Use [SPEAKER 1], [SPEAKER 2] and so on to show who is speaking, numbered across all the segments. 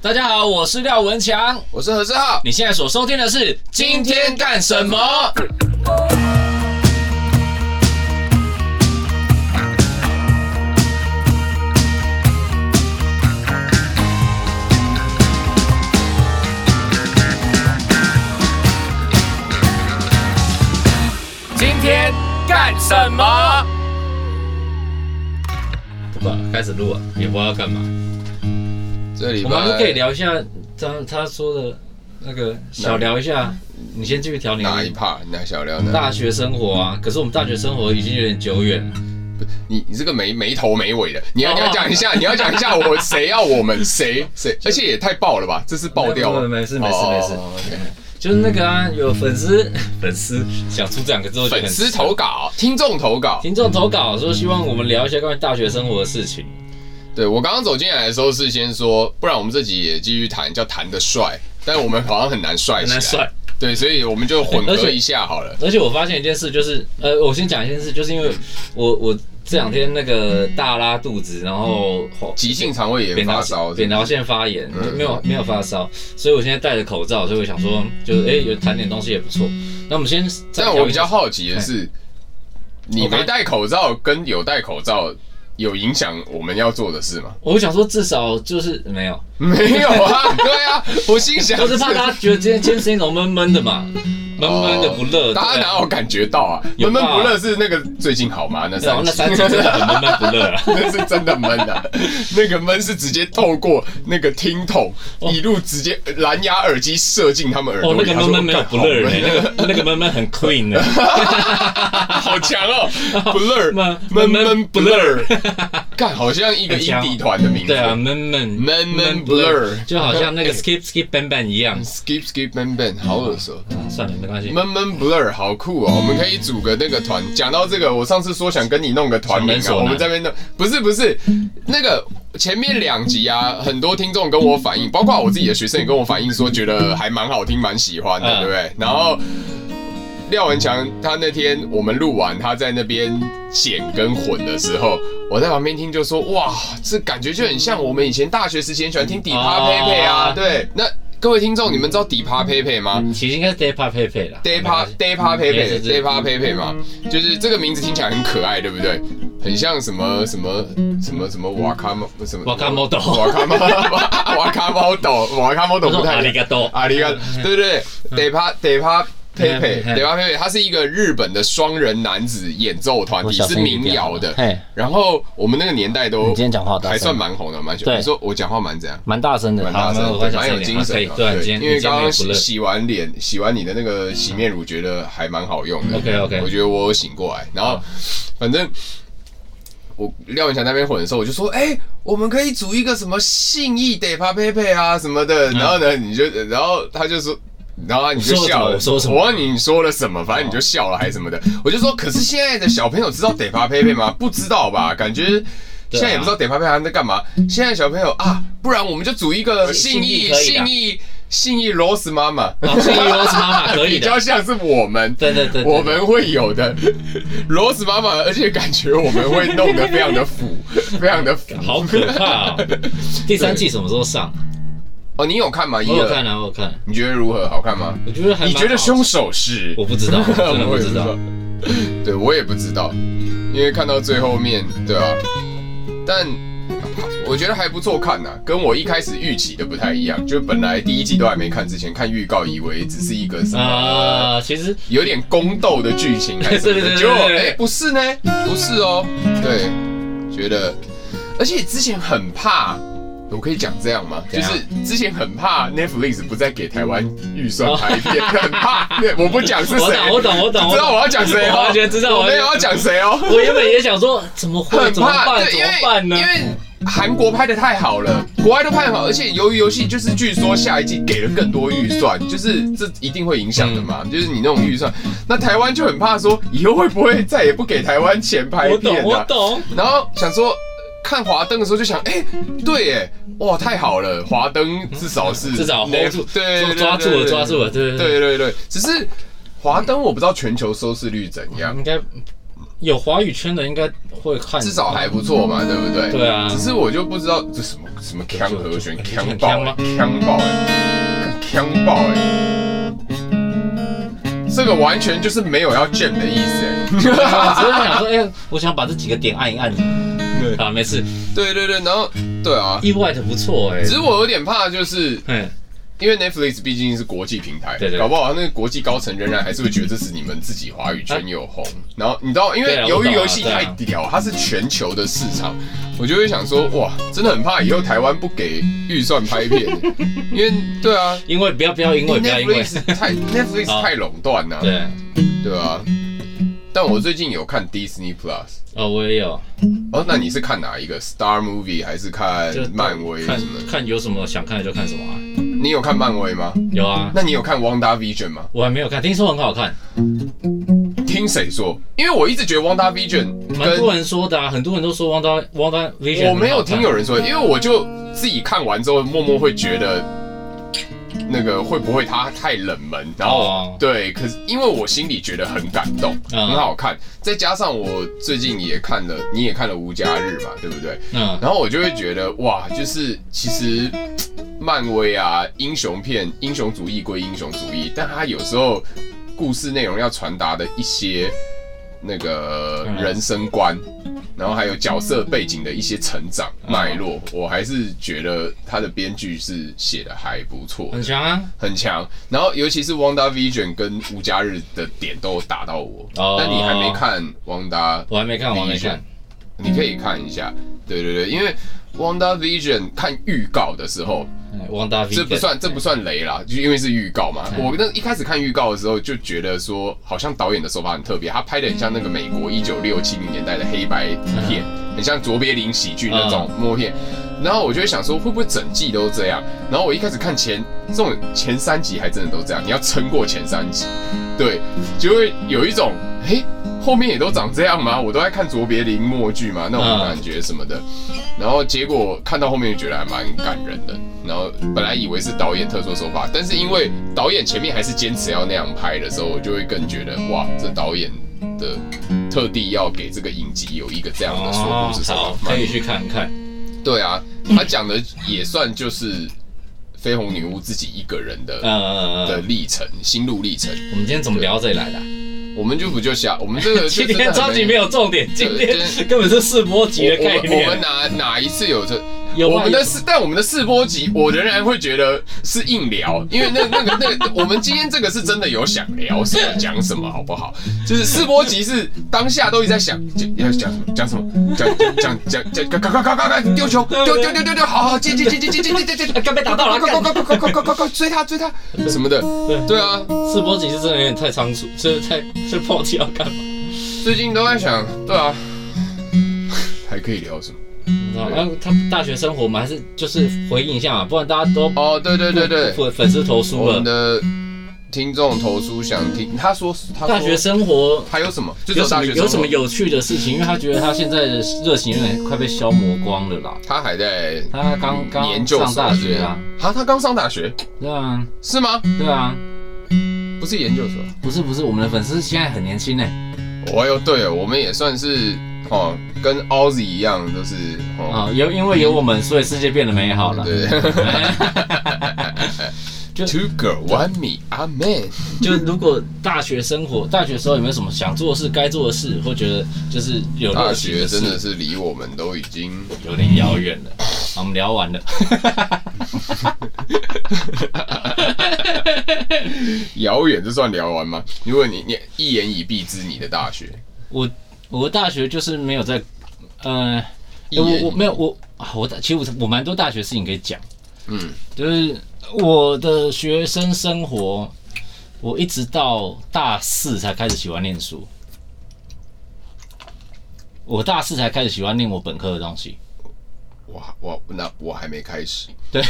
[SPEAKER 1] 大家好，我是廖文强。
[SPEAKER 2] 我是何志浩。
[SPEAKER 1] 你现在所收听的是《今天干什么》。
[SPEAKER 2] 今天干什么？
[SPEAKER 1] 不，开始录了，啊也不知道干嘛。
[SPEAKER 2] 这礼
[SPEAKER 1] 我
[SPEAKER 2] 拜
[SPEAKER 1] 们还是可以聊一下他他说的那个小聊一下。你先继续调你
[SPEAKER 2] 哪一
[SPEAKER 1] 的
[SPEAKER 2] part？哪小聊呢？
[SPEAKER 1] 大学生活啊。可是我们大学生活已经有点久远了。
[SPEAKER 2] 你你这个没没头没尾的，你要
[SPEAKER 1] 哦
[SPEAKER 2] 你要讲一下，你要讲一下我谁要我们谁谁，而且也太爆了吧？这是爆掉了，
[SPEAKER 1] 没没事没事没事
[SPEAKER 2] 哦。
[SPEAKER 1] 就是那个啊，有粉丝 粉丝想出这两个字，我觉得
[SPEAKER 2] 粉
[SPEAKER 1] 很
[SPEAKER 2] 丝投稿，听众投稿。
[SPEAKER 1] 听众投稿说希望我们聊一下关于大学生活的事情。
[SPEAKER 2] 对我刚刚走进来的时候是先说，不然我们这集也继续谈，叫谈的帅，但我们好像很难帅
[SPEAKER 1] 很
[SPEAKER 2] 起
[SPEAKER 1] 难
[SPEAKER 2] 来。
[SPEAKER 1] 算。
[SPEAKER 2] 对，所以我们就混
[SPEAKER 1] 而
[SPEAKER 2] 合
[SPEAKER 1] 且
[SPEAKER 2] 一下好了。
[SPEAKER 1] 而且我发现一件事，就是呃，我先讲一件事，就是因为我我这两天那个大拉肚子，然后
[SPEAKER 2] 急性肠胃炎发烧，
[SPEAKER 1] 扁桃腺嗯发炎，没有没有发烧，所以我现在戴着口罩，所以我想说，就是哎、有谈点东西也不错。那我们先，
[SPEAKER 2] 但我比较，好奇的是，你没戴口罩跟有戴口罩有影响我们要做的事吗？
[SPEAKER 1] 我想说至少就是没 有，
[SPEAKER 2] 没有啊，对啊，我心想
[SPEAKER 1] 就是怕大家觉得今天今天声音怎么闷闷的嘛，闷闷的不热，
[SPEAKER 2] 哦大家
[SPEAKER 1] 对啊
[SPEAKER 2] 哪有感觉到啊？
[SPEAKER 1] 有
[SPEAKER 2] 闷闷
[SPEAKER 1] 吧
[SPEAKER 2] 不乐是那个最近好吗？那
[SPEAKER 1] 对啊
[SPEAKER 2] 三
[SPEAKER 1] 那三
[SPEAKER 2] 集
[SPEAKER 1] 集真的很闷闷不 乐啊。
[SPEAKER 2] 那是真的闷啊！那个闷是直接透过那个听筒，一路直接蓝牙耳机射进他们耳朵
[SPEAKER 1] 哦，
[SPEAKER 2] 里。
[SPEAKER 1] 那个闷闷没有
[SPEAKER 2] 他
[SPEAKER 1] 不
[SPEAKER 2] 说
[SPEAKER 1] 乐人，那个那个闷闷很 clean 的。
[SPEAKER 2] 好强 哦，blur
[SPEAKER 1] 闷
[SPEAKER 2] 闷
[SPEAKER 1] 闷
[SPEAKER 2] 闷 blur，干好像一个
[SPEAKER 1] 很
[SPEAKER 2] 印
[SPEAKER 1] 强
[SPEAKER 2] 地团的名字。
[SPEAKER 1] 对啊，闷闷
[SPEAKER 2] 闷闷 blur
[SPEAKER 1] 就好像那个 skip skip bang bang 一样。
[SPEAKER 2] Skip Skip Man Man，好耳熟。
[SPEAKER 1] 算了，没关系。
[SPEAKER 2] Man Man Blur 好酷哦，我们可以组个那个团。讲到这个，我上次说想跟你弄个团
[SPEAKER 1] 强
[SPEAKER 2] 名
[SPEAKER 1] 人
[SPEAKER 2] 啊，
[SPEAKER 1] 所难
[SPEAKER 2] 我们这边弄不是不是那个前面两集啊，很多听众跟我反映，包括我自己的学生也跟我反映说，觉得还蛮好听，蛮喜欢的，
[SPEAKER 1] 嗯
[SPEAKER 2] 对不对？然后。廖文强他那天我们录完，他在那边剪跟混的时候，我在旁边听就说：“哇，这感觉就很像我们以前大学时期很喜欢听底趴佩佩啊。
[SPEAKER 1] 哦
[SPEAKER 2] 对，那各位听众，你们知道底趴佩佩吗？
[SPEAKER 1] 其实应该是 day pa 配配啦。
[SPEAKER 2] Day Pa Day Pa
[SPEAKER 3] 嗯
[SPEAKER 2] 佩
[SPEAKER 1] 也
[SPEAKER 2] 佩
[SPEAKER 1] 是这
[SPEAKER 2] Day Pa 佩佩嘛，就是这个名字听起来很可爱，对不对？很像什么什么什么什么瓦卡莫什么
[SPEAKER 1] 我看 model，
[SPEAKER 2] 瓦卡 莫瓦卡莫斗瓦卡莫斗
[SPEAKER 1] 我
[SPEAKER 2] 不
[SPEAKER 1] 说阿里
[SPEAKER 2] 太
[SPEAKER 1] 嘎多。
[SPEAKER 2] 阿里嘎，
[SPEAKER 3] 嗯
[SPEAKER 2] 对不对？Day Pa Day Pa 佩佩
[SPEAKER 1] 嗯
[SPEAKER 2] Day Pa 佩佩，他是一个日本的双人男子演奏团
[SPEAKER 3] 我
[SPEAKER 2] 体，
[SPEAKER 3] 小
[SPEAKER 2] 是
[SPEAKER 3] 声一点
[SPEAKER 2] 民谣
[SPEAKER 3] 啊
[SPEAKER 2] 的。
[SPEAKER 3] 嘿，
[SPEAKER 2] 然后我们那个年代都
[SPEAKER 3] 你今天讲话好大声
[SPEAKER 2] 还算蛮红的，蛮喜
[SPEAKER 3] 对
[SPEAKER 2] 欢。你说我讲话蛮怎样？
[SPEAKER 3] 蛮大声的
[SPEAKER 2] 蛮。大
[SPEAKER 1] 好那
[SPEAKER 2] 声
[SPEAKER 1] 我，
[SPEAKER 2] 对
[SPEAKER 1] 换小
[SPEAKER 2] 蛮有
[SPEAKER 1] 声一点
[SPEAKER 2] 精神
[SPEAKER 1] 好可
[SPEAKER 2] 的。
[SPEAKER 1] 以对你今天
[SPEAKER 2] 因为刚
[SPEAKER 1] 你
[SPEAKER 2] 刚
[SPEAKER 1] 今天
[SPEAKER 2] 洗
[SPEAKER 1] 没有不
[SPEAKER 2] 洗完脸，洗完你的那个洗面乳，觉得还蛮好用的。
[SPEAKER 1] OK，OK 嗯
[SPEAKER 2] 我觉得我有醒过来，然后反正。我廖文强那边混的时候，我就说：“哎、我们可以组一个什么信义得啪佩佩啊什么的。”然后呢，你就，然后他就说，然后你就笑了。
[SPEAKER 1] 我嗯说什么我说什么
[SPEAKER 2] 我问啊你说了什么，反正你就笑了还是什么的。我就说：“可是现在的小朋友知道得啪佩佩吗？不知道吧？感觉
[SPEAKER 1] 啊
[SPEAKER 2] 现在也不知道得啪佩他们在干嘛。现在小朋友啊，不然我们就组一个信义
[SPEAKER 1] 信义可以的
[SPEAKER 2] 信义信义罗斯妈妈。”
[SPEAKER 1] 啊，所以我是妈 妈可以
[SPEAKER 2] 比
[SPEAKER 1] 的
[SPEAKER 2] 较。像是我们，
[SPEAKER 1] 对对对对
[SPEAKER 2] 我们会有的。罗斯妈妈，而且感觉我们会弄得非常的 腐，非常的腐。
[SPEAKER 1] 好可怕哦！第三季什么时候上？
[SPEAKER 2] 哦，你有看吗？一
[SPEAKER 1] 我有
[SPEAKER 2] 二，
[SPEAKER 1] 看啊，我有看。
[SPEAKER 2] 你觉得如何？好看吗？
[SPEAKER 1] 我觉得还蛮
[SPEAKER 2] 你
[SPEAKER 1] 好
[SPEAKER 2] 觉得凶？手是？
[SPEAKER 1] 我不 知道，我真的不
[SPEAKER 2] 我也
[SPEAKER 1] 知道。。
[SPEAKER 2] 对，我也不知道，因为看到最后面，对啊，但。我觉得还不错看呐、跟我一开始预期的不太一样。就本来第一季都还没看之前，看预告以为只是一个什么、
[SPEAKER 1] 啊，其实
[SPEAKER 2] 有点宫斗的剧 情还是什
[SPEAKER 1] 对
[SPEAKER 2] 么
[SPEAKER 1] 对对
[SPEAKER 2] 的，
[SPEAKER 1] 对
[SPEAKER 2] 结果
[SPEAKER 1] 对对对
[SPEAKER 2] 哎、不是呢，不是哦，对，觉得，而且之前很怕，我可以讲这样吗？
[SPEAKER 1] 怎
[SPEAKER 2] 就
[SPEAKER 1] 样
[SPEAKER 2] 是之前很怕 Netflix 不再给台湾预算拍片， 很怕，对，我不讲是
[SPEAKER 1] 我
[SPEAKER 2] 谁
[SPEAKER 1] 懂，，我懂，我懂。
[SPEAKER 2] 知道我要讲谁
[SPEAKER 1] 我
[SPEAKER 2] 哦，
[SPEAKER 1] 完全知道
[SPEAKER 2] 我
[SPEAKER 1] 完
[SPEAKER 2] 没
[SPEAKER 1] 全
[SPEAKER 2] 有要讲谁哦，
[SPEAKER 1] 我原本也想说，怎么会？
[SPEAKER 2] 很
[SPEAKER 1] 怎么
[SPEAKER 2] 怕，
[SPEAKER 1] 办？
[SPEAKER 2] 对，
[SPEAKER 1] 怎
[SPEAKER 2] 因
[SPEAKER 1] 么办呢
[SPEAKER 2] 为因？为。韩国拍的太好了，国外都拍得很好，而且由于游戏就是据说下一季给了更多预算，就是这一定会影响的
[SPEAKER 1] 嗯
[SPEAKER 2] 嘛，就是你那种预算，那台湾就很怕说以后会不会再也不给台湾钱拍
[SPEAKER 1] 我懂，
[SPEAKER 2] 片了、啊
[SPEAKER 1] 我懂。
[SPEAKER 2] 然后想说呃看华灯的时候就想，哎、对，哎，哇，太好了，华灯至少是
[SPEAKER 1] 至少 hold 住，
[SPEAKER 2] 对，对
[SPEAKER 1] 抓住了，抓住，了，对
[SPEAKER 2] 对对对对对，只是华灯我不知道全球收视率怎样，
[SPEAKER 1] 应该有华语圈的应该会看，
[SPEAKER 2] 至少还不错嘛，对不对？
[SPEAKER 1] 对啊
[SPEAKER 2] 只是我就不知道这什么什么腔和弦，
[SPEAKER 1] 就就
[SPEAKER 2] 腔爆
[SPEAKER 1] 很呛吗
[SPEAKER 2] 欸，腔爆哎，腔爆哎，这个完全就是没有要 jam 的意思哎。
[SPEAKER 1] 我 只是想说，哎、我想把这几个点按一按。
[SPEAKER 2] 对
[SPEAKER 1] 啊，没事，
[SPEAKER 2] 对对对，然后对啊，
[SPEAKER 1] 意外的不错哎、
[SPEAKER 2] 只是我有点怕，就是
[SPEAKER 1] 嗯，
[SPEAKER 2] 因为 Netflix 毕竟是国际平台，
[SPEAKER 1] 对对
[SPEAKER 2] 搞不好那个国际高层仍然还是会觉得这是你们自己华语圈有红。然后你知道，因为
[SPEAKER 1] 对啊
[SPEAKER 2] 由于
[SPEAKER 1] 我懂啊
[SPEAKER 2] 游戏
[SPEAKER 1] 对啊
[SPEAKER 2] 太屌，它是全球的市场，我就会想说，哇，真的很怕以后台湾不给预算 拍片，因为对啊
[SPEAKER 1] 因为不要不要，因为不要因为，
[SPEAKER 2] ，Netflix 太 Netflix
[SPEAKER 1] 好
[SPEAKER 2] 太垄断了、
[SPEAKER 1] 对，
[SPEAKER 2] 对啊。但我最近有看 Disney Plus，
[SPEAKER 1] 哦，我也有，
[SPEAKER 2] 哦，那你是看哪一个 Star Movie 还是看
[SPEAKER 1] 就
[SPEAKER 2] 漫威
[SPEAKER 1] 看
[SPEAKER 2] 什么的？
[SPEAKER 1] 看有什么想看的就看什么啊，
[SPEAKER 2] 你有看漫威吗？
[SPEAKER 1] 有啊，
[SPEAKER 2] 那你有看 Wanda Vision 吗？
[SPEAKER 1] 我还没有看，听说很好看，
[SPEAKER 2] 听谁说？因为我一直觉得《Wanda Vision》
[SPEAKER 1] 嗯蛮
[SPEAKER 2] 跟
[SPEAKER 1] 多人说的啊，很多人都说汪丹汪丹 Vision，
[SPEAKER 2] 我没有
[SPEAKER 1] 很好看
[SPEAKER 2] 听有人说，因为我就自己看完之后，默默会觉得那个会不会它太冷门，然后、
[SPEAKER 1] 哦
[SPEAKER 2] 对，可是因为我心里觉得很感动，
[SPEAKER 1] 嗯
[SPEAKER 2] 很好看，再加上我最近也看了，你也看了《无家日》嘛，对不对？
[SPEAKER 1] 嗯，
[SPEAKER 2] 然后我就会觉得哇，就是其实漫威啊，英雄片，英雄主义归英雄主义，但它有时候故事内容要传达的一些那个
[SPEAKER 1] 嗯
[SPEAKER 2] 人生观，然后还有角色背景的一些成长
[SPEAKER 1] 嗯
[SPEAKER 2] 脉络，我还是觉得它的编剧是写的还不错的
[SPEAKER 1] 很强啊，
[SPEAKER 2] 很强，然后尤其是《Wanda Vision》跟《无家日》的点都打到我，
[SPEAKER 1] 哦
[SPEAKER 2] 但你还没看《Wanda》，
[SPEAKER 1] 我还没看，我还没看，
[SPEAKER 2] 你可以看一下。对对对，因为 Wanda Vision 看预告的时候，
[SPEAKER 1] 哎汪达 Vision，
[SPEAKER 2] 这不算这不算雷啦，就因为是预告嘛。
[SPEAKER 1] 嗯
[SPEAKER 2] 我那一开始看预告的时候就觉得说，好像导演的手法很特别，他拍的很像那个美国一九六七零年代的黑白片，很像卓别林喜剧那种默片。然后我就会想说，会不会整季都这样？然后我一开始看前这种前三集还真的都这样，你要撑过前三集，对，就会有一种诶，后面也都长这样吗？我都在看卓别林默剧嘛，那种
[SPEAKER 1] 嗯
[SPEAKER 2] 感觉什么的。然后结果看到后面就觉得还蛮感人的。然后本来以为是导演特殊手法，但是因为导演前面还是坚持要那样拍的时候，我就会更觉得哇，这导演的特地要给这个影集有一个这样的说
[SPEAKER 1] 哦
[SPEAKER 2] 故事，手
[SPEAKER 1] 好，
[SPEAKER 2] 法。
[SPEAKER 1] 可以去看看，
[SPEAKER 2] 对啊，他讲的也算就是绯红女巫自己一个人
[SPEAKER 1] 嗯
[SPEAKER 2] 的。
[SPEAKER 1] 嗯嗯
[SPEAKER 2] 的
[SPEAKER 1] 嗯，
[SPEAKER 2] 历程，心路历程，
[SPEAKER 1] 我们今天怎么聊到这里来的啊？
[SPEAKER 2] 我们就不就下，我们这 个
[SPEAKER 1] 今天超级没
[SPEAKER 2] 有
[SPEAKER 1] 有重点，今天
[SPEAKER 2] 今天
[SPEAKER 1] 根本是世波级的概
[SPEAKER 2] 我我我
[SPEAKER 1] 念，
[SPEAKER 2] 们哪哪一次有这
[SPEAKER 1] 有
[SPEAKER 2] 我
[SPEAKER 1] 啊
[SPEAKER 2] 们的四，但我们的四波集，我仍然会觉得是硬 聊，因为那那个那个，我们今天这个是真的有想聊什么讲什么，好不好？就是四波集是当下都一直在想讲要讲什么讲什么讲讲讲讲讲，赶快快快快丢球丢丢丢丢丢，好好接接接接接接接接接，
[SPEAKER 1] 有刚被打到了，
[SPEAKER 2] 快
[SPEAKER 1] 干
[SPEAKER 2] 快快快快快快快快追他追他什么的，对啊，
[SPEAKER 1] 世波级是真的有点太仓促，这太这破题要干嘛？
[SPEAKER 2] 最近都在想，对啊，还可以聊什么？
[SPEAKER 1] 你知道吗？他们大学生活嘛，还是就是回应一下嘛，不然大家都
[SPEAKER 2] 哦，对对对对，
[SPEAKER 1] 粉粉丝投诉
[SPEAKER 2] 我
[SPEAKER 1] 了
[SPEAKER 2] 们。的听众投书想听，他说他说
[SPEAKER 1] 大学生活
[SPEAKER 2] 还有什么？就只
[SPEAKER 1] 有什
[SPEAKER 2] 大
[SPEAKER 1] 么
[SPEAKER 2] 学生
[SPEAKER 1] 有什么
[SPEAKER 2] 吗？
[SPEAKER 1] 有趣的事情？因为他觉得他现在的热情有点快被消磨光了啦。
[SPEAKER 2] 他还在
[SPEAKER 1] 他刚
[SPEAKER 2] 嗯研
[SPEAKER 1] 刚
[SPEAKER 2] 究所
[SPEAKER 1] 上大学啊，
[SPEAKER 2] 啊，他刚上大学
[SPEAKER 1] 对啊，
[SPEAKER 2] 是吗？
[SPEAKER 1] 对啊，
[SPEAKER 2] 不是研究所。
[SPEAKER 1] 不是不是，我们的粉丝现在很年轻呢。
[SPEAKER 2] 哦哟，对，我们也算是哦，跟 Ozzy 一样，都是哦，
[SPEAKER 1] 啊，有因为有我们，所以世界变得美好了。
[SPEAKER 2] 对
[SPEAKER 1] 就
[SPEAKER 2] ，Two girl one me, I'm man。
[SPEAKER 1] 就如果大学生活，大学时候有没有什么想做的事、该做的事，或觉得就是有
[SPEAKER 2] 大
[SPEAKER 1] 热情
[SPEAKER 2] 学
[SPEAKER 1] 事
[SPEAKER 2] 真的是离我们都已经
[SPEAKER 1] 有点遥远了。好，我们聊 完了。
[SPEAKER 2] 遥远，这算聊完吗？如果你你一言以蔽之，你的大学
[SPEAKER 1] 我我大学就是没有在，呃，
[SPEAKER 2] 一言以
[SPEAKER 1] 我我没有我啊，我大其实我我蛮多大学事情可以讲，
[SPEAKER 2] 嗯，
[SPEAKER 1] 就是我的学生生活，我一直到大四才开始喜欢念书，我大四才开始喜欢念我本科的东西，
[SPEAKER 2] 我我那我还没开始，
[SPEAKER 1] 对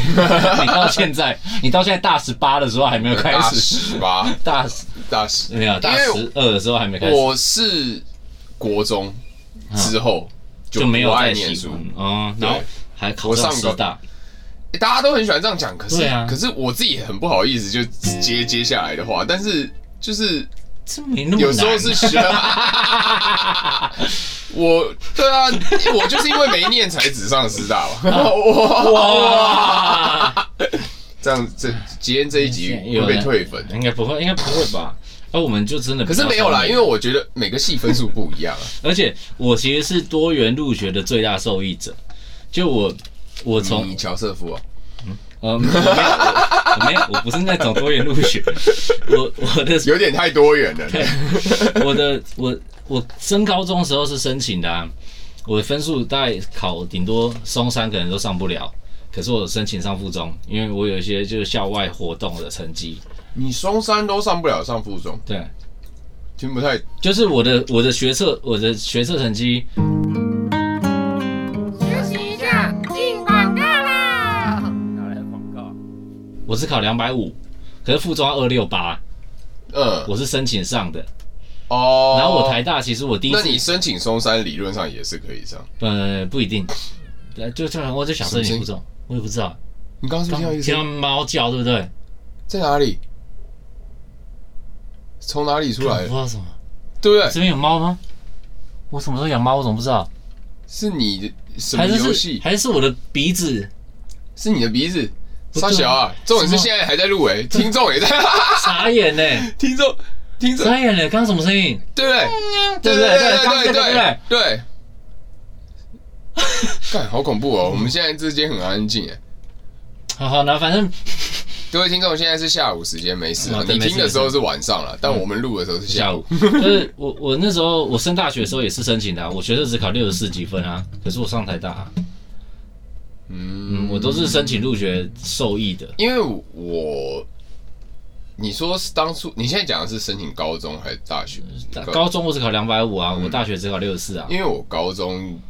[SPEAKER 1] 你到现在，你到现在大十八的时候还没有开
[SPEAKER 2] 大
[SPEAKER 1] 始，
[SPEAKER 2] 十吧，
[SPEAKER 1] 大十
[SPEAKER 2] 大十。
[SPEAKER 1] 没有大
[SPEAKER 2] 因为
[SPEAKER 1] 十二的时候还没开始，嗯
[SPEAKER 2] 我是国中之后
[SPEAKER 1] 就
[SPEAKER 2] 不
[SPEAKER 1] 没有
[SPEAKER 2] 爱
[SPEAKER 1] 再
[SPEAKER 2] 念
[SPEAKER 1] 喜
[SPEAKER 2] 书
[SPEAKER 1] 欢，，嗯，然后
[SPEAKER 2] 对
[SPEAKER 1] 还考
[SPEAKER 2] 我上
[SPEAKER 1] 上
[SPEAKER 2] 个
[SPEAKER 1] 师大。
[SPEAKER 2] 欸大家都很喜欢这样讲，可是、
[SPEAKER 1] 对啊
[SPEAKER 2] 可是我自己也很不好意思就接接下来的话，但是就是
[SPEAKER 1] 这没那么难。啊
[SPEAKER 2] 有时候是学， 我对啊，我就是因为没念才只上师大 嘛。
[SPEAKER 1] 啊
[SPEAKER 2] 哇，
[SPEAKER 1] 哇，
[SPEAKER 2] 这样这吉恩这一集会被退粉，
[SPEAKER 1] 应该不会，应该不会吧？那我们就真的
[SPEAKER 2] 可是没有啦，因
[SPEAKER 1] 为
[SPEAKER 2] 为我觉得每个系分数不一样啊。
[SPEAKER 1] 而且我其实是多元入学的最大受益者，就我我从
[SPEAKER 2] 你乔瑟夫啊，
[SPEAKER 1] 呃，没有，我没有，我不是那种多元入学， 我我的
[SPEAKER 2] 有点太多元了。
[SPEAKER 1] 我的我我升高中的时候是申请的、啊，我的分数大概考顶多松山可能都上不了，可是我申请上附中，因为我有一些就是校外活动的成绩，
[SPEAKER 2] 你双三都上不了上附中，
[SPEAKER 1] 对，
[SPEAKER 2] 听不太
[SPEAKER 1] 就是我的我的学测我的学测成绩
[SPEAKER 3] 休息一下，进广告啦！
[SPEAKER 4] 拿来广告。
[SPEAKER 1] 我是考两百五，可是附中二六八，
[SPEAKER 2] 嗯
[SPEAKER 1] 我是申请上的，
[SPEAKER 2] 哦。
[SPEAKER 1] 然后我台大其实我第一
[SPEAKER 2] 那
[SPEAKER 1] 次
[SPEAKER 2] 你申请松山理论上也是可以上。
[SPEAKER 1] 呃不一定，对，就突然我就想申
[SPEAKER 2] 什
[SPEAKER 1] 请
[SPEAKER 2] 么
[SPEAKER 1] 附中，我也不知道，
[SPEAKER 2] 你刚刚是不
[SPEAKER 1] 刚
[SPEAKER 2] 是听到一个
[SPEAKER 1] 听
[SPEAKER 2] 声
[SPEAKER 1] 到
[SPEAKER 2] 音
[SPEAKER 1] 猫叫对不对？
[SPEAKER 2] 在哪里？从哪里出
[SPEAKER 1] 我不
[SPEAKER 2] 来的
[SPEAKER 1] 知？道什么。
[SPEAKER 2] 对不对？
[SPEAKER 1] 这边有猫吗？我什么时候养猫？我怎么不知道？
[SPEAKER 2] 是你的什么
[SPEAKER 1] 还
[SPEAKER 2] 游
[SPEAKER 1] 是是
[SPEAKER 2] 戏？
[SPEAKER 1] 还是我的鼻子？
[SPEAKER 2] 是你的鼻子？
[SPEAKER 1] 不
[SPEAKER 2] 沙
[SPEAKER 1] 对
[SPEAKER 2] 小啊！重点是
[SPEAKER 1] 什么
[SPEAKER 2] 现在还在入围，听众也在，
[SPEAKER 1] 傻眼呢、
[SPEAKER 2] 听众听众
[SPEAKER 1] 傻眼呢、刚刚什么声音？
[SPEAKER 2] 对不啊
[SPEAKER 1] 对
[SPEAKER 2] 对？
[SPEAKER 1] 不对
[SPEAKER 2] 对对
[SPEAKER 1] 对
[SPEAKER 2] 对
[SPEAKER 1] 对
[SPEAKER 2] 对
[SPEAKER 1] 对
[SPEAKER 2] 对。 干，好恐
[SPEAKER 1] 嗯
[SPEAKER 2] 怖哦！我们现在之间很安静哎。
[SPEAKER 1] 好好，那反正
[SPEAKER 2] 各位听众，现在是下午时间，没事啊。
[SPEAKER 1] 嗯对
[SPEAKER 2] 你
[SPEAKER 1] 没事嗯
[SPEAKER 2] 听的时候是晚上了，但我们录的时候是
[SPEAKER 1] 下
[SPEAKER 2] 下午。
[SPEAKER 1] 午 就是我我那时候我升大学的时候也是申请的啊、我学测只考六十四几分啊，可是我上台大、啊，嗯，
[SPEAKER 2] 嗯
[SPEAKER 1] 我都是申请入学受益的，
[SPEAKER 2] 因为我，你说是当初你现在讲的是申请高中还是大学？
[SPEAKER 1] 大高中我只考两百五啊，我大学只考六十四啊，
[SPEAKER 2] 嗯因为我高中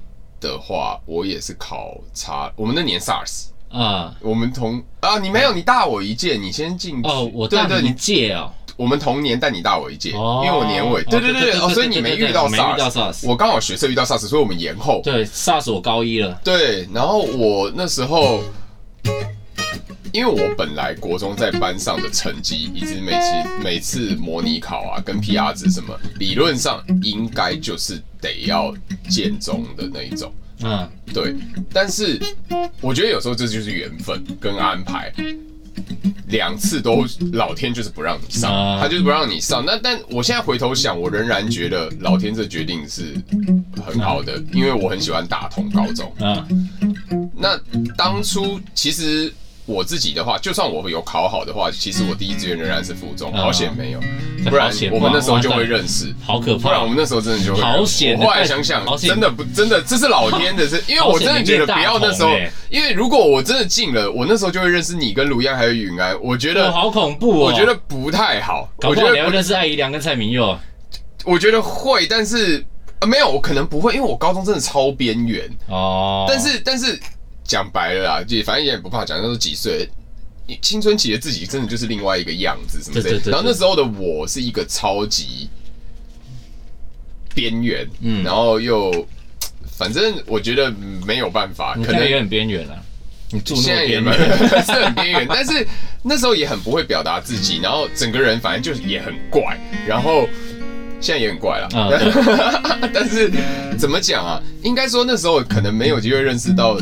[SPEAKER 2] 的话，我也是考差，我们那年 SARS，
[SPEAKER 1] 啊、
[SPEAKER 2] 我们同啊，你没有，你大我一届，你先进去。
[SPEAKER 1] 嗯哦，我
[SPEAKER 2] 对
[SPEAKER 1] 大
[SPEAKER 2] 对，
[SPEAKER 1] 你
[SPEAKER 2] 你
[SPEAKER 1] 届哦，
[SPEAKER 2] 我们同年，但你大我一届，因
[SPEAKER 1] 哦
[SPEAKER 2] 为我年尾。
[SPEAKER 1] 哦
[SPEAKER 2] 对对
[SPEAKER 1] 对对
[SPEAKER 2] 对，
[SPEAKER 1] 对
[SPEAKER 2] 哦，所以你
[SPEAKER 1] 对对
[SPEAKER 2] 没
[SPEAKER 1] 对
[SPEAKER 2] 遇到
[SPEAKER 1] 我没遇到
[SPEAKER 2] SARS，
[SPEAKER 1] SARS
[SPEAKER 2] 我刚好学测遇到 SARS，所以我们延后。
[SPEAKER 1] 对，SARS 我高一了，
[SPEAKER 2] 对，然后我那时候，因为我本来国中在班上的成绩，以及每次每次模拟考啊，跟 PR 值什么，理论上应该就是得要建中的那一种。
[SPEAKER 1] 嗯，
[SPEAKER 2] 对，但是我觉得有时候这就是缘分跟安排，两次都老天就是不让你上，
[SPEAKER 1] 啊
[SPEAKER 2] 他就是不让你上。那但我现在回头想，我仍然觉得老天这决定是很好的，因为我很喜欢打通高中。
[SPEAKER 1] 嗯，
[SPEAKER 2] 那当初其实我自己的话，就算我有考好的话，其实我第一志愿仍然是附中，
[SPEAKER 1] 啊
[SPEAKER 2] 好险没有，不然
[SPEAKER 1] 好险
[SPEAKER 2] 我们那时候就
[SPEAKER 1] 哇
[SPEAKER 2] 会
[SPEAKER 1] 完蛋
[SPEAKER 2] 认识。
[SPEAKER 1] 好可
[SPEAKER 2] 不然
[SPEAKER 1] 怕
[SPEAKER 2] 我，们那时候真的就会
[SPEAKER 1] 好险
[SPEAKER 2] 我后来想想
[SPEAKER 1] 好，险
[SPEAKER 2] 真的不真的，这是老 天的事，因为我真的觉得不要那时候
[SPEAKER 1] 好险你念大同欸，
[SPEAKER 2] 因为如果我真的进了，我那时候就会认识你跟卢阳还有允安，我觉
[SPEAKER 1] 哦，
[SPEAKER 2] 得
[SPEAKER 1] 好恐怖哦，
[SPEAKER 2] 我觉得不太好，
[SPEAKER 1] 搞
[SPEAKER 2] 我
[SPEAKER 1] 不
[SPEAKER 2] 觉
[SPEAKER 1] 好你要
[SPEAKER 2] 得
[SPEAKER 1] 认识艾怡良跟蔡明佑，
[SPEAKER 2] 不我觉得会，但是呃没有，我可能不会，因为我高中真的超边缘，
[SPEAKER 1] 哦，
[SPEAKER 2] 但是但是讲白了啦，也反正也不怕讲，那时候几岁。青春期的自己真的就是另外一个样子，什么之
[SPEAKER 1] 对
[SPEAKER 2] 类
[SPEAKER 1] 对
[SPEAKER 2] 的。
[SPEAKER 1] 对
[SPEAKER 2] 然后那时候的我是一个超级边缘，
[SPEAKER 1] 嗯
[SPEAKER 2] 然后又反正我觉得没有办法，
[SPEAKER 1] 你
[SPEAKER 2] 可
[SPEAKER 1] 可能
[SPEAKER 2] 能
[SPEAKER 1] 也很边缘了，啊你住
[SPEAKER 2] 现
[SPEAKER 1] 那
[SPEAKER 2] 在
[SPEAKER 1] 么
[SPEAKER 2] 也
[SPEAKER 1] 边
[SPEAKER 2] 蛮
[SPEAKER 1] 缘，
[SPEAKER 2] 是很边缘，但是那时候也很不会表达自己，然后整个人反正就是也很怪，然后现在也很怪了。
[SPEAKER 1] 嗯对
[SPEAKER 2] 但是怎么讲啊？应该说那时候可能没有机会认识到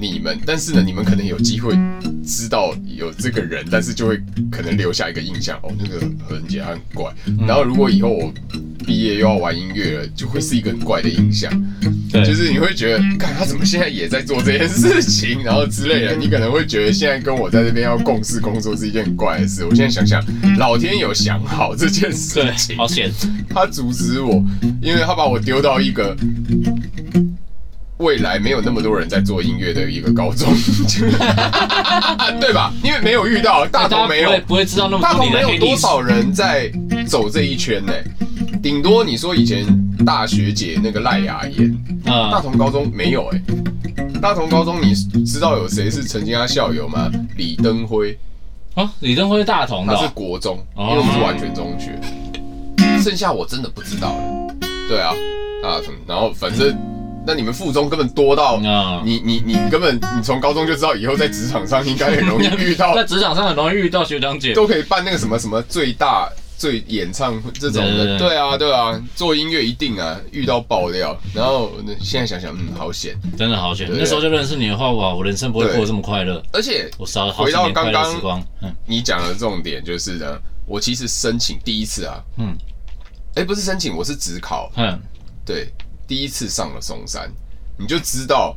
[SPEAKER 2] 你们，但是呢，你们可能有机会知道有这个人，但是就会可能留下一个印象哦，那个何仁杰他很怪。
[SPEAKER 1] 嗯
[SPEAKER 2] 然后如果以后我毕业又要玩音乐了，就会是一个很怪的印象。
[SPEAKER 1] 对，
[SPEAKER 2] 就是你会觉得，看他怎么现在也在做这件事情，然后之类的，你可能会觉得现在跟我在这边要共事工作是一件很怪的事。我现在想想，老天有想好这件事情
[SPEAKER 1] 对，，好险，
[SPEAKER 2] 他阻止我，因为他把我丢到一个未来没有那么多人在做音乐的一个高中，对吧？因为没有遇到大
[SPEAKER 1] 大家
[SPEAKER 2] 同
[SPEAKER 1] 不
[SPEAKER 2] 没有
[SPEAKER 1] 会，不会知道那么
[SPEAKER 2] 大
[SPEAKER 1] 多
[SPEAKER 2] 同
[SPEAKER 1] 你
[SPEAKER 2] 没
[SPEAKER 1] 的
[SPEAKER 2] 有
[SPEAKER 1] 黑
[SPEAKER 2] 多
[SPEAKER 1] 历史，
[SPEAKER 2] 少人在走这一圈呢、顶多你说以前大学姐那个赖雅妍，大
[SPEAKER 1] 啊，
[SPEAKER 2] 同高中没有哎、大同高中你知道有谁是曾经他校友吗？李登辉，
[SPEAKER 1] 啊，李登辉是大同的
[SPEAKER 2] 他是
[SPEAKER 1] 哦，
[SPEAKER 2] 国中，因
[SPEAKER 1] 哦
[SPEAKER 2] 为我们是完全中学，剩下我真的不知道了。对啊，大同，然后反正那你们附中根本多到。
[SPEAKER 1] 啊，
[SPEAKER 2] 你你你根本你从高中就知道以后在职场上应该很容易遇到
[SPEAKER 1] 在职场上很容易遇到学长姐，
[SPEAKER 2] 都可以办那个什么什么最大最演唱会这种的，
[SPEAKER 1] 对对对
[SPEAKER 2] 对啊，对啊，做音乐一定啊遇到爆料，然后现在想想，嗯，好险。
[SPEAKER 1] 真的好险。
[SPEAKER 2] 对
[SPEAKER 1] 那时候就认识你的话，哇，我人生不会
[SPEAKER 2] 对
[SPEAKER 1] 过得这么快乐。
[SPEAKER 2] 而且
[SPEAKER 1] 我少了好几
[SPEAKER 2] 回到
[SPEAKER 1] 年快
[SPEAKER 2] 刚
[SPEAKER 1] 乐
[SPEAKER 2] 刚
[SPEAKER 1] 时光。嗯，
[SPEAKER 2] 你讲的重点就是呢，我其实申请第一次啊，
[SPEAKER 1] 嗯
[SPEAKER 2] 嗯，哎，不是申请，我是只考，
[SPEAKER 1] 哼，
[SPEAKER 2] 对，第一次上了松山，你就知道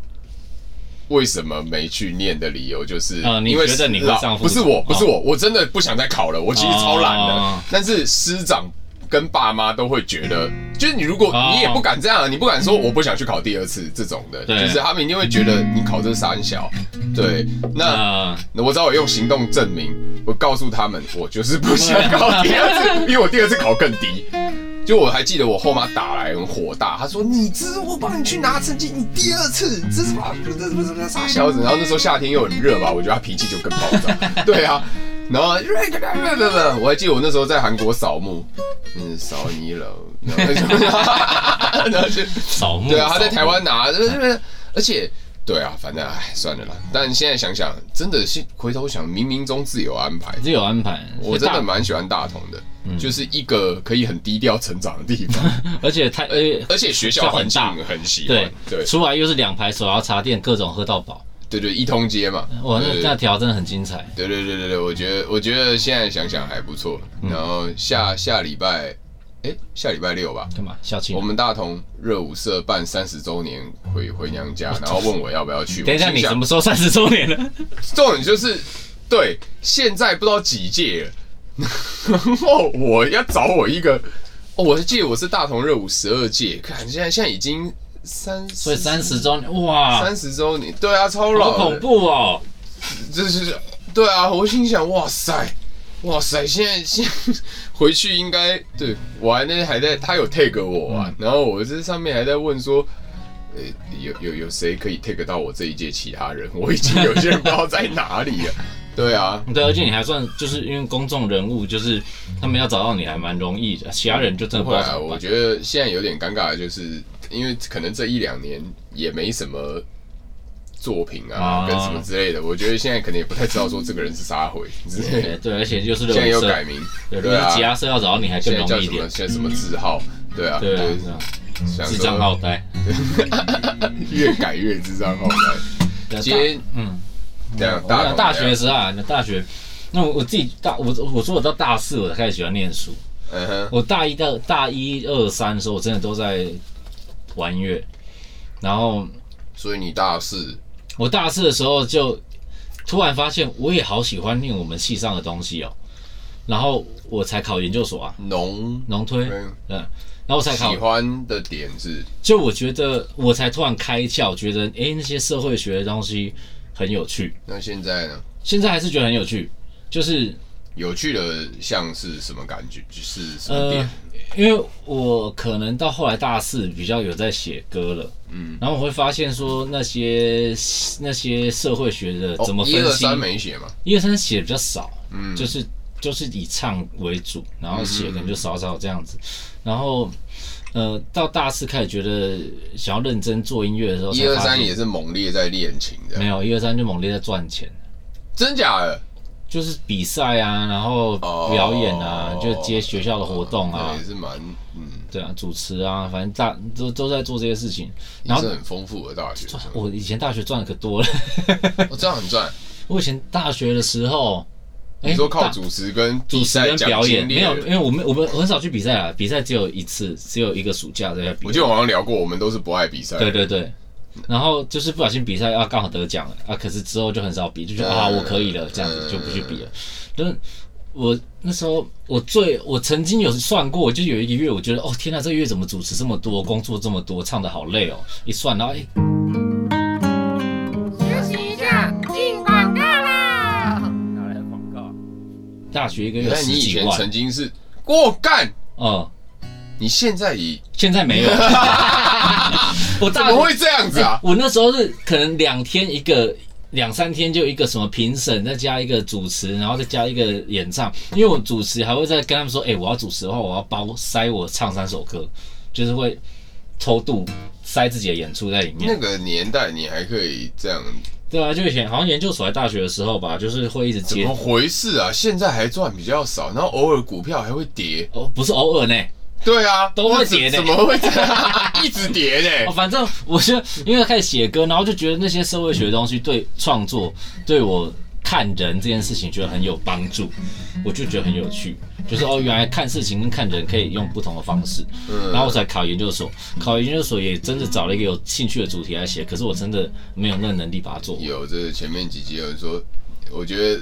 [SPEAKER 2] 为什么没去念的理由，就是
[SPEAKER 1] 啊你
[SPEAKER 2] 因为
[SPEAKER 1] 觉得你会
[SPEAKER 2] 老
[SPEAKER 1] 上附
[SPEAKER 2] 不是
[SPEAKER 1] 中
[SPEAKER 2] 我，不是
[SPEAKER 1] 哦
[SPEAKER 2] 我，我真的不想再考了，我其实超懒
[SPEAKER 1] 哦
[SPEAKER 2] 的，但是师长。跟爸妈都会觉得，就是你如果
[SPEAKER 1] 哦
[SPEAKER 2] 你也不敢这样啊，你不敢说我不想去考第二次这种的，
[SPEAKER 1] 对
[SPEAKER 2] 就是他们一定会觉得你考这三小，对，那
[SPEAKER 1] 那
[SPEAKER 2] 那我只好用行动证明，我告诉他们，我就是不想考第二次，因为我第二次考更低。就我还记得我后妈打来很火大，她说：“你这是我帮你去拿成绩，你第二次，这是把这这这这傻小子。”然后那时候夏天又很热吧，我觉得她脾气就更暴躁。对啊，然后 我还记得我那时候在韩国扫墓，嗯，扫你了，然后就然后就
[SPEAKER 1] 扫墓。
[SPEAKER 2] 对啊，他在
[SPEAKER 1] 扫墓
[SPEAKER 2] 台湾拿，就是而且对啊，反正哎算了啦。但现在想想，真的是回头想，冥冥中自有安排。
[SPEAKER 1] 自有安排。
[SPEAKER 2] 我
[SPEAKER 1] 嗯
[SPEAKER 2] 真
[SPEAKER 1] 大嗯
[SPEAKER 2] 的蛮喜欢大同的，就是一个可以很低调成长的地 方，
[SPEAKER 1] 而且太呃，
[SPEAKER 2] 而且学校环境
[SPEAKER 1] 就很
[SPEAKER 2] 很喜欢
[SPEAKER 1] 对。
[SPEAKER 2] 哎对
[SPEAKER 1] 出来又是两排手摇茶店，各种喝到饱。
[SPEAKER 2] 对对，一通街嘛。
[SPEAKER 1] 哇，嗯那
[SPEAKER 2] 对
[SPEAKER 1] 那条真的很精彩。
[SPEAKER 2] 对对对对对，我觉得我觉得现在想想还不错。
[SPEAKER 1] 嗯
[SPEAKER 2] 然后下下礼拜，哎，下礼拜六吧，
[SPEAKER 1] 干嘛？校庆
[SPEAKER 2] 我？们大同热舞社办三十周年回回娘家，然后问我要不要去。
[SPEAKER 1] 哦等一下，
[SPEAKER 2] 我心
[SPEAKER 1] 你
[SPEAKER 2] 想
[SPEAKER 1] 什么时候三十周年了？
[SPEAKER 2] 重点就是，对，现在不知道几届了， 然后我要找我一个，哦，我记得我是大同热舞十二届，看现在现在已经三，
[SPEAKER 1] 所以三十周年，哇，
[SPEAKER 2] 三十周年，对啊，超
[SPEAKER 1] 好
[SPEAKER 2] 老的，
[SPEAKER 1] 恐怖哦！
[SPEAKER 2] 就是对啊，我心想，哇塞，哇塞，现在现在回去应该对我还那还在，他有 tag 我
[SPEAKER 1] 嗯
[SPEAKER 2] 啊，然后我这上面还在问说。呃，有有有谁可以 take 到我这一届其他人？我已经有些人不知道在哪里了。 对啊，
[SPEAKER 1] 嗯对，而且你还算就是因为公众人物，就是他们要找到你还蛮容易的，其他人就真的不
[SPEAKER 2] 会
[SPEAKER 1] 知道
[SPEAKER 2] 啊，
[SPEAKER 1] 怎么
[SPEAKER 2] 我
[SPEAKER 1] 办。
[SPEAKER 2] 觉得现在有点尴尬，的就是因为可能这一两年也没什么作品啊，
[SPEAKER 1] 啊
[SPEAKER 2] 跟什么之类的。我觉得现在可能也不太知道说这个人是杀 回之类
[SPEAKER 1] 对
[SPEAKER 2] 的。
[SPEAKER 1] 对，而且就是
[SPEAKER 2] 现在
[SPEAKER 1] 热
[SPEAKER 2] 又
[SPEAKER 1] 舞
[SPEAKER 2] 改
[SPEAKER 1] 社，
[SPEAKER 2] 名，
[SPEAKER 1] 对，如
[SPEAKER 2] 对
[SPEAKER 1] 果
[SPEAKER 2] 啊
[SPEAKER 1] 其他社要找到你还更
[SPEAKER 2] 现在
[SPEAKER 1] 容
[SPEAKER 2] 叫
[SPEAKER 1] 易一
[SPEAKER 2] 什么？
[SPEAKER 1] 点。
[SPEAKER 2] 现在什么字号？对啊，
[SPEAKER 1] 对啊
[SPEAKER 2] 就是
[SPEAKER 1] 对啊，
[SPEAKER 2] 想
[SPEAKER 1] 智障
[SPEAKER 2] 说
[SPEAKER 1] 好呆。
[SPEAKER 2] 越改越智 障号。
[SPEAKER 1] 对啊
[SPEAKER 2] 今天
[SPEAKER 1] 大嗯，
[SPEAKER 2] 这样
[SPEAKER 1] 我
[SPEAKER 2] 大
[SPEAKER 1] 想
[SPEAKER 2] 同
[SPEAKER 1] 大
[SPEAKER 2] 怎
[SPEAKER 1] 学
[SPEAKER 2] 样
[SPEAKER 1] 的时候啊，那大学，那我我自己大我我说我到大四我才开始喜欢念书，
[SPEAKER 2] 嗯哼，
[SPEAKER 1] 我大一到大一二三的时候，我真的都在玩乐，然后
[SPEAKER 2] 所以你大四
[SPEAKER 1] 我大四的时候就突然发现，我也好喜欢念我们系上的东西哦。然后我才考研究所啊，
[SPEAKER 2] 农
[SPEAKER 1] 农推，嗯，
[SPEAKER 2] 嗯
[SPEAKER 1] 然后我才考
[SPEAKER 2] 喜，欢的点是
[SPEAKER 1] 就我觉得我才突啊然开窍，觉得嗯诶那些社会学的东西很有趣，
[SPEAKER 2] 那现在呢？
[SPEAKER 1] 现在还是觉得很有趣，就是
[SPEAKER 2] 有趣的像是什么感觉？就是什么点
[SPEAKER 1] 呃？，因为我可能到后来大四比较有在写歌了，嗯，然后我会发现说那些那些社会学的呃怎么
[SPEAKER 2] 哦一
[SPEAKER 1] 分
[SPEAKER 2] 二
[SPEAKER 1] 析，
[SPEAKER 2] 三没写嘛？
[SPEAKER 1] 一二三写的比较少，
[SPEAKER 2] 嗯
[SPEAKER 1] 就是就是以唱为主，然后写可能就少少这样子，然后呃到大四开始觉得想要认真做音乐的时候，
[SPEAKER 2] 一二三也是猛烈在练琴
[SPEAKER 1] 没
[SPEAKER 2] 的，
[SPEAKER 1] 有，一二三就猛烈在赚钱，
[SPEAKER 2] 真假的？
[SPEAKER 1] 就是比赛啊，然后
[SPEAKER 2] 哦
[SPEAKER 1] 表演啊，就接学校的活动啊
[SPEAKER 2] 那也，是蛮嗯，
[SPEAKER 1] 对啊，主持啊，反正大都都在做这些事情。
[SPEAKER 2] 也
[SPEAKER 1] 然后
[SPEAKER 2] 是很丰富的大 学生。
[SPEAKER 1] 我以前大学赚的可多了，
[SPEAKER 2] 哦，这样很赚。
[SPEAKER 1] 我以前大学的时候，哎
[SPEAKER 2] 你说靠
[SPEAKER 1] 大
[SPEAKER 2] 主持跟
[SPEAKER 1] 主持跟
[SPEAKER 2] 比赛
[SPEAKER 1] 表演
[SPEAKER 2] 奖金
[SPEAKER 1] 没有，
[SPEAKER 2] 猎
[SPEAKER 1] 因
[SPEAKER 2] 人
[SPEAKER 1] 为我们我们我很少去比赛啊，比赛只有一次，只有一个暑假在比
[SPEAKER 2] 我。记得我好像聊过，我们都是不爱比赛。
[SPEAKER 1] 对对对，然后就是不小心比赛啊，刚好得奖了啊，可是之后就很少比，就觉得
[SPEAKER 2] 嗯
[SPEAKER 1] 啊我可以了，这样子就不去比了。就是我那时候我最我曾经有算过，就有一个月，我觉得哦天呐，这个月怎么主持这么多，工作这么多，唱的好累哦。一算，然后哎、
[SPEAKER 3] 休息一下，进广告啦！
[SPEAKER 4] 拿来广告。
[SPEAKER 1] 大学一个月
[SPEAKER 2] 但
[SPEAKER 1] 十
[SPEAKER 2] 哎你以
[SPEAKER 1] 几
[SPEAKER 2] 前
[SPEAKER 1] 万
[SPEAKER 2] 曾，经是过干，
[SPEAKER 1] 嗯，
[SPEAKER 2] 你现在以
[SPEAKER 1] 现在 没有。我
[SPEAKER 2] 怎
[SPEAKER 1] 大
[SPEAKER 2] 么会这样子 啊？
[SPEAKER 1] 哎我那时候是可能两天一个。两三天就一个什么评审，再加一个主持，然后再加一个演唱。因为我主持还会再跟他们说，哎、我要主持的话，我要包塞我唱三首歌，就是会偷渡塞自己的演出在里面
[SPEAKER 2] 那。个年代你还可以这样
[SPEAKER 1] 对啊，就以前好像研究所在大学的时候吧，就是会一直
[SPEAKER 2] 怎
[SPEAKER 1] 接
[SPEAKER 2] 么回事啊？现在还赚比较少，然后偶尔股票还会跌。
[SPEAKER 1] 哦，不是偶尔呢。
[SPEAKER 2] 对啊，
[SPEAKER 1] 都会跌的
[SPEAKER 2] 那怎怎么会这 样？一直跌
[SPEAKER 1] 哦，
[SPEAKER 2] 呢？
[SPEAKER 1] 反正我就因为开始写歌，然后就觉得那些社会学的东西对创作、对我看人这件事情觉得很有帮助，我就觉得很有趣。就是哦，原来看事情跟看人可以用不同的方式。
[SPEAKER 2] 嗯
[SPEAKER 1] 然后我才考研究所，考研究所也真的找了一个有兴趣的主题来写，可是我真的没有那个能力把它做完。
[SPEAKER 2] 有，这前面几集有人说，我觉得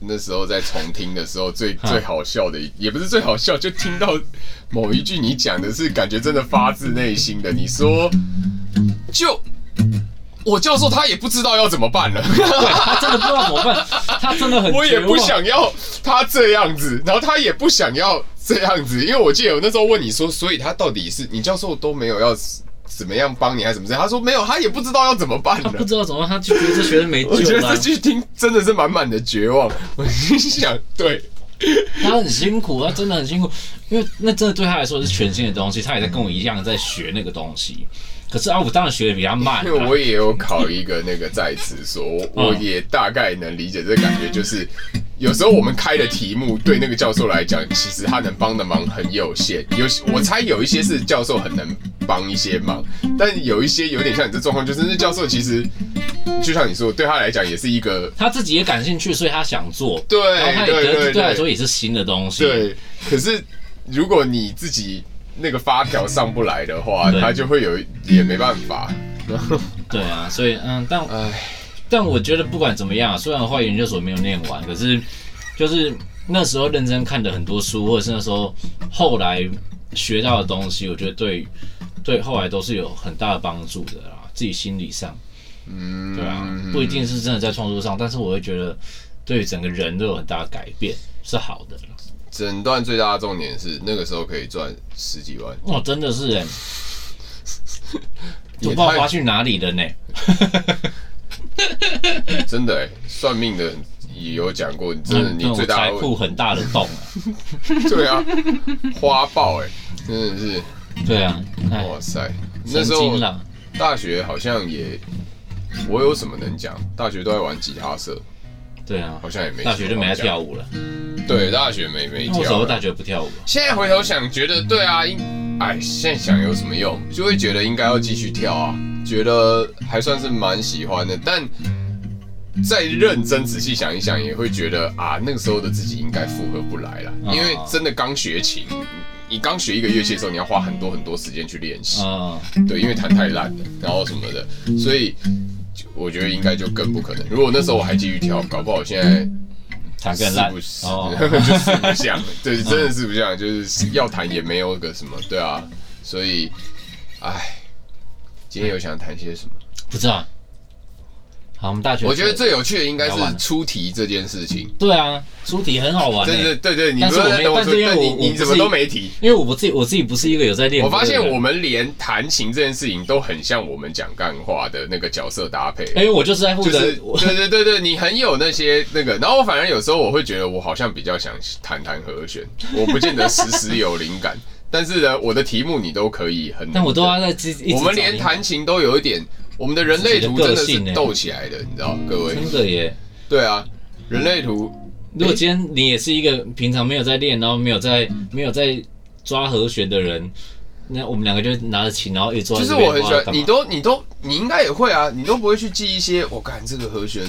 [SPEAKER 2] 那时候在重听的时候最
[SPEAKER 1] 嗯
[SPEAKER 2] 最好笑的一，也不是最好笑，就听到某一句你讲的是感觉真的发自内心的，你说就。我教授他也不知道要怎么办了，
[SPEAKER 1] 他真的不知道怎么办，他真的很
[SPEAKER 2] 我也
[SPEAKER 1] 绝
[SPEAKER 2] 不
[SPEAKER 1] 望
[SPEAKER 2] 想要他这样子，然后他也不想要这样子，因为我记得我那时候问你说，所以他到底是你教授都没有要怎么样帮你还是怎么样？他说没有，他也不知道要怎么办
[SPEAKER 1] 他
[SPEAKER 2] 了
[SPEAKER 1] 不。知道怎么办，他就觉得这学生没
[SPEAKER 2] 我
[SPEAKER 1] 救
[SPEAKER 2] 觉得
[SPEAKER 1] 了
[SPEAKER 2] 这
[SPEAKER 1] 啊，
[SPEAKER 2] 句听真的是满满的绝望。我心想，对，
[SPEAKER 1] 他很辛苦，他真的很辛苦，因为那真的对他来说是全新的东西，他也在跟我一样在学那个东西。可是啊，我当然学的比他慢、
[SPEAKER 2] 因为
[SPEAKER 1] 啊，
[SPEAKER 2] 我也有考一个那个在职所，我
[SPEAKER 1] 嗯
[SPEAKER 2] 我也大概能理解这感觉，就是有时候我们开的题目对那个教授来讲，其实他能帮的忙很有限。有我猜有一些是教授很能帮一些忙，但有一些有点像你这状况，就是那教授其实就像你说，对他来讲也是一个
[SPEAKER 1] 他自己也感兴趣，所以他想做。
[SPEAKER 2] 对
[SPEAKER 1] 然后他也
[SPEAKER 2] 对
[SPEAKER 1] 觉得
[SPEAKER 2] 对
[SPEAKER 1] 这对他来
[SPEAKER 2] 对
[SPEAKER 1] 说也是新的东西。
[SPEAKER 2] 对，可是如果你自己那个发条上不来的话，
[SPEAKER 1] 对
[SPEAKER 2] 他就会有也没办法。然后，
[SPEAKER 1] 对啊，所以嗯，但
[SPEAKER 2] 唉，
[SPEAKER 1] 但我觉得不管怎么样，啊虽然后来研究所没有念完，可是就是那时候认真看的很多书，或者是那时候后来学到的东西，我觉得对对后来都是有很大的帮助的啦，自己心理上，
[SPEAKER 2] 嗯，
[SPEAKER 1] 对啊，不一定是真的在创作上，但是我会觉得对整个人都有很大的改变，是好的啦。
[SPEAKER 2] 诊断最大的重点是那个时候可以赚十几万，
[SPEAKER 1] 哦，真的是哎、 欸，我不
[SPEAKER 2] 也
[SPEAKER 1] 知道花
[SPEAKER 2] 太
[SPEAKER 1] 去哪里了
[SPEAKER 2] 嗯
[SPEAKER 1] 呢、
[SPEAKER 2] 真的、欸、算命的也有讲过，真
[SPEAKER 1] 那
[SPEAKER 2] 的你
[SPEAKER 1] 那
[SPEAKER 2] 最
[SPEAKER 1] 种
[SPEAKER 2] 大
[SPEAKER 1] 财
[SPEAKER 2] 的
[SPEAKER 1] 库
[SPEAKER 2] 问
[SPEAKER 1] 很大的洞啊，
[SPEAKER 2] 对啊，花豹哎、真的是
[SPEAKER 1] 对啊，哎，
[SPEAKER 2] 哇塞，哦那
[SPEAKER 1] 神
[SPEAKER 2] 时候
[SPEAKER 1] 经啊啦，
[SPEAKER 2] 大学好像也。我有什么能讲？大学都在玩吉他社，
[SPEAKER 1] 对啊
[SPEAKER 2] 好，像也没
[SPEAKER 1] 大学就没在跳
[SPEAKER 2] 舞。
[SPEAKER 1] 舞了。
[SPEAKER 2] 对，大学没没
[SPEAKER 1] 那为什
[SPEAKER 2] 跳
[SPEAKER 1] 么
[SPEAKER 2] 了。
[SPEAKER 1] 大学不跳舞啊？
[SPEAKER 2] 现在回头想，觉得对啊，应哎，现在想有什么用？就会觉得应该要继续跳啊，觉得还算是蛮喜欢的。但再认真仔细想一想，也会觉得啊，那个时候的自己应该负荷不来了，因为真的刚学琴。你刚学一个乐器的时候，你要花很多很多时间去练习，
[SPEAKER 1] 嗯，
[SPEAKER 2] 对，因为弹太烂了，然后什么的，所以就我觉得应该就更不可能。如果那时候我还继续跳，搞不好我现在
[SPEAKER 1] 弹更烂
[SPEAKER 2] 是不是？
[SPEAKER 1] 哦，
[SPEAKER 2] 就是不像，对，真的是不像，就是要谈也没有个什么，对啊，所以，哎，今天有想谈些什么？
[SPEAKER 1] 不知道。好，我们大学
[SPEAKER 2] 我觉得最有趣的应该是出题这件事情，
[SPEAKER 1] 对啊，出题很好玩
[SPEAKER 2] 对对
[SPEAKER 1] 欸，
[SPEAKER 2] 对对，你
[SPEAKER 1] 但是
[SPEAKER 2] 不是
[SPEAKER 1] 我没
[SPEAKER 2] 等我
[SPEAKER 1] 但是
[SPEAKER 2] 说，
[SPEAKER 1] 因为
[SPEAKER 2] 但你
[SPEAKER 1] 我我
[SPEAKER 2] 你
[SPEAKER 1] 不
[SPEAKER 2] 怎么
[SPEAKER 1] 是
[SPEAKER 2] 都没提。
[SPEAKER 1] 因为我自己我自己不是一个有在练
[SPEAKER 2] 我
[SPEAKER 1] 歌的
[SPEAKER 2] 发
[SPEAKER 1] 人。
[SPEAKER 2] 现我们连弹琴这件事情都很像我们讲干话的那个角色搭配，
[SPEAKER 1] 因为我就是在负
[SPEAKER 2] 就
[SPEAKER 1] 责
[SPEAKER 2] 是
[SPEAKER 1] 我
[SPEAKER 2] 对对对对，你很有那些那个，然后我反而有时候我会觉得我好像比较想弹弹和弦，我不见得时时有灵感，但是呢，我的题目你都可以很，
[SPEAKER 1] 但我都要在自己。一直
[SPEAKER 2] 我们
[SPEAKER 1] 找
[SPEAKER 2] 连
[SPEAKER 1] 你
[SPEAKER 2] 弹琴都有一点，我们的人类图真的
[SPEAKER 1] 自己的个性
[SPEAKER 2] 是
[SPEAKER 1] 欸
[SPEAKER 2] 斗起来的，你知道各位？
[SPEAKER 1] 真的耶。
[SPEAKER 2] 对啊，人类图
[SPEAKER 1] 如果今天你也是一个平常没有在练，然后没有在没有在抓和弦的人，那我们两个就拿着琴，然后一直抓。
[SPEAKER 2] 就是我很喜欢，你，都你都你应该也会啊，你都不会去记一些，我干这个和弦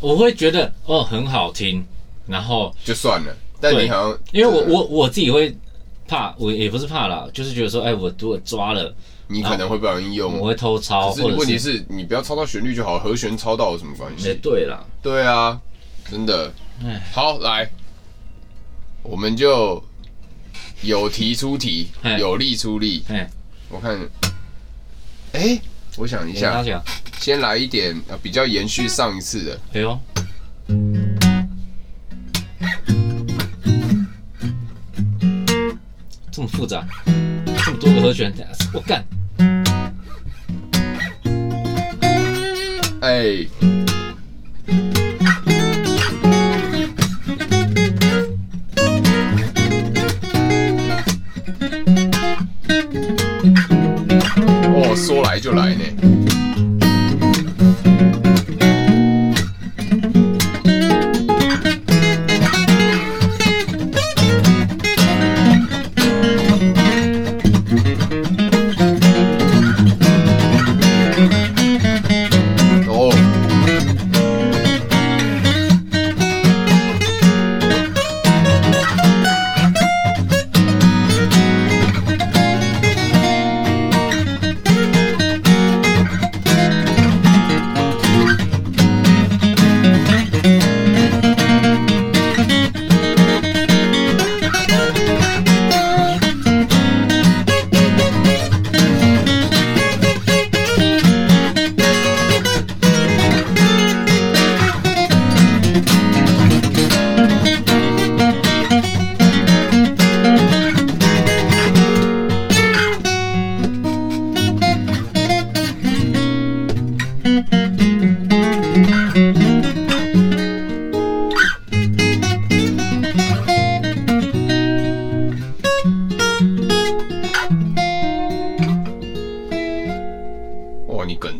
[SPEAKER 1] 我会觉得哦很好听，然后
[SPEAKER 2] 就算了，但
[SPEAKER 1] 对
[SPEAKER 2] 你好像
[SPEAKER 1] 因为我我我自己会怕，我也不是怕啦，就是觉得说，哎，我如果抓了，
[SPEAKER 2] 你可能会不小心
[SPEAKER 1] 啊我
[SPEAKER 2] 用。
[SPEAKER 1] 会偷抄，
[SPEAKER 2] 可是
[SPEAKER 1] 或者
[SPEAKER 2] 问题是你不要抄到旋律就好，和弦抄到有什么关系？
[SPEAKER 1] 哎，对啦，
[SPEAKER 2] 对啊，真的
[SPEAKER 1] 唉。
[SPEAKER 2] 好，来，我们就有题出题
[SPEAKER 1] 嘿，
[SPEAKER 2] 有力出力。
[SPEAKER 1] 哎，
[SPEAKER 2] 我看，哎、我想一
[SPEAKER 1] 给他
[SPEAKER 2] 下，
[SPEAKER 1] 讲，
[SPEAKER 2] 先来一点呃比较延续上一次的。
[SPEAKER 1] 哎 呦，这么复杂，这么多个和弦，我干，
[SPEAKER 2] 哎、哦，说来就来呢。哦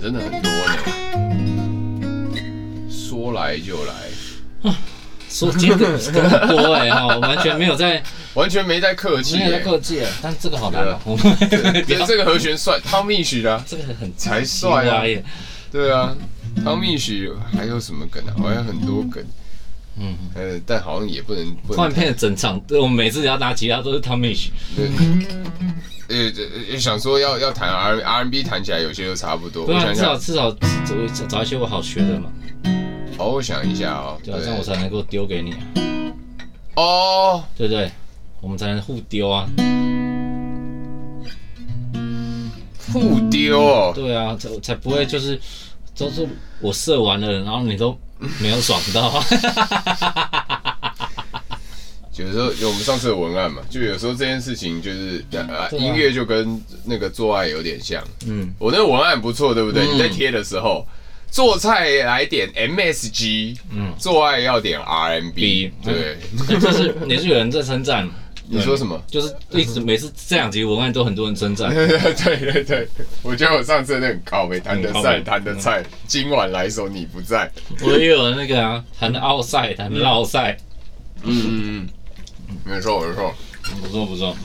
[SPEAKER 2] 真的很多呢。说来就来，
[SPEAKER 1] 说今天梗梗很多哎、哈，我完全没有 在
[SPEAKER 2] 完全没在客气
[SPEAKER 1] 没有在
[SPEAKER 2] 耶。
[SPEAKER 1] 客气，但这个好难啊， 我们不
[SPEAKER 2] 这
[SPEAKER 1] 要
[SPEAKER 2] 这个和弦帅，汤米许的啊，
[SPEAKER 1] 这个很
[SPEAKER 2] 才帅啊
[SPEAKER 1] 奇怪耶
[SPEAKER 2] 对啊，汤米许还有什么梗啊？好像很多梗，
[SPEAKER 1] 嗯，
[SPEAKER 2] 呃，但好像也不能不
[SPEAKER 1] 突
[SPEAKER 2] 能
[SPEAKER 1] 然变得整场，对我们每次要拿吉他都是 Tommy
[SPEAKER 2] 对，呃呃，想说要要谈 R R N B 弹起来，有些都差不多。
[SPEAKER 1] 对
[SPEAKER 2] 我
[SPEAKER 1] 啊，
[SPEAKER 2] 想
[SPEAKER 1] 至
[SPEAKER 2] 想
[SPEAKER 1] 少，至少找找一些我好学的嘛，
[SPEAKER 2] 哦，我想一下哦，
[SPEAKER 1] 对啊，这样我才能够丢给你啊，
[SPEAKER 2] 哦，
[SPEAKER 1] 对不对？我们才能互丢啊，
[SPEAKER 2] 互丢哦，
[SPEAKER 1] 对啊，才才不会就是都是我射完了，然后你都没有爽到 啊，
[SPEAKER 2] 有时候有我们上次的文案嘛，就有时候这件事情就是呃，
[SPEAKER 1] 对啊
[SPEAKER 2] 音乐就跟那个做爱有点像。
[SPEAKER 1] 嗯，
[SPEAKER 2] 我那个文案不错，对不对？
[SPEAKER 1] 嗯
[SPEAKER 2] 你在贴的时候，做菜来点 MSG，
[SPEAKER 1] 嗯
[SPEAKER 2] 做爱要点 RMB，
[SPEAKER 1] B，
[SPEAKER 2] 对。
[SPEAKER 1] 那就是也是有人在称赞，
[SPEAKER 2] 你说什么？
[SPEAKER 1] 就是一直每次这两集文案都很多人称赞，
[SPEAKER 2] 对对对，我觉得我上次那很高没弹得
[SPEAKER 1] 很嗯靠
[SPEAKER 2] 菜，
[SPEAKER 1] 北
[SPEAKER 2] 弹得菜。今晚来首你不在，
[SPEAKER 1] 我也有那个啊，谈奥赛，谈绕赛，
[SPEAKER 2] 嗯嗯嗯，没错没错。
[SPEAKER 1] 不错不错，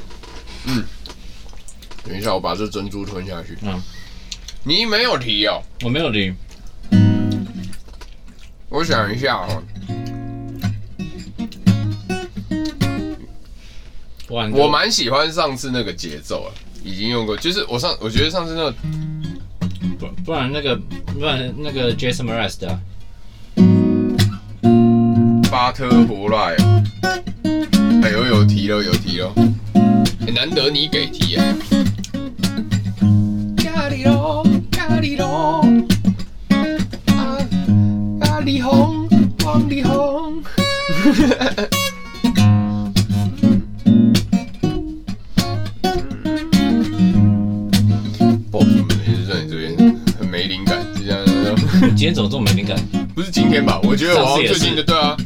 [SPEAKER 2] 等一下，我把这珍珠吞下去。
[SPEAKER 1] 嗯，
[SPEAKER 2] 你没有提哦，
[SPEAKER 1] 我没有理，
[SPEAKER 2] 我想一下哦，
[SPEAKER 1] 哇，你
[SPEAKER 2] 我蛮喜欢上次那个节奏啊，已经用过，就是我上我觉得上次那个
[SPEAKER 1] 不不然那个不然那个 Jason Mraz 的啊、
[SPEAKER 2] 巴特伯赖，哎呦有提了有提了、哎难得你给提耶、咖喱咯，咖喱咯，啊，咖喱红，黄里 红。b o 也是在你这边很没灵感，就这样这样。
[SPEAKER 1] 你今天怎么这么没灵感？
[SPEAKER 2] 不是今天吧？我觉得我好像最近的对啊。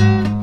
[SPEAKER 1] 嗯
[SPEAKER 2] 哦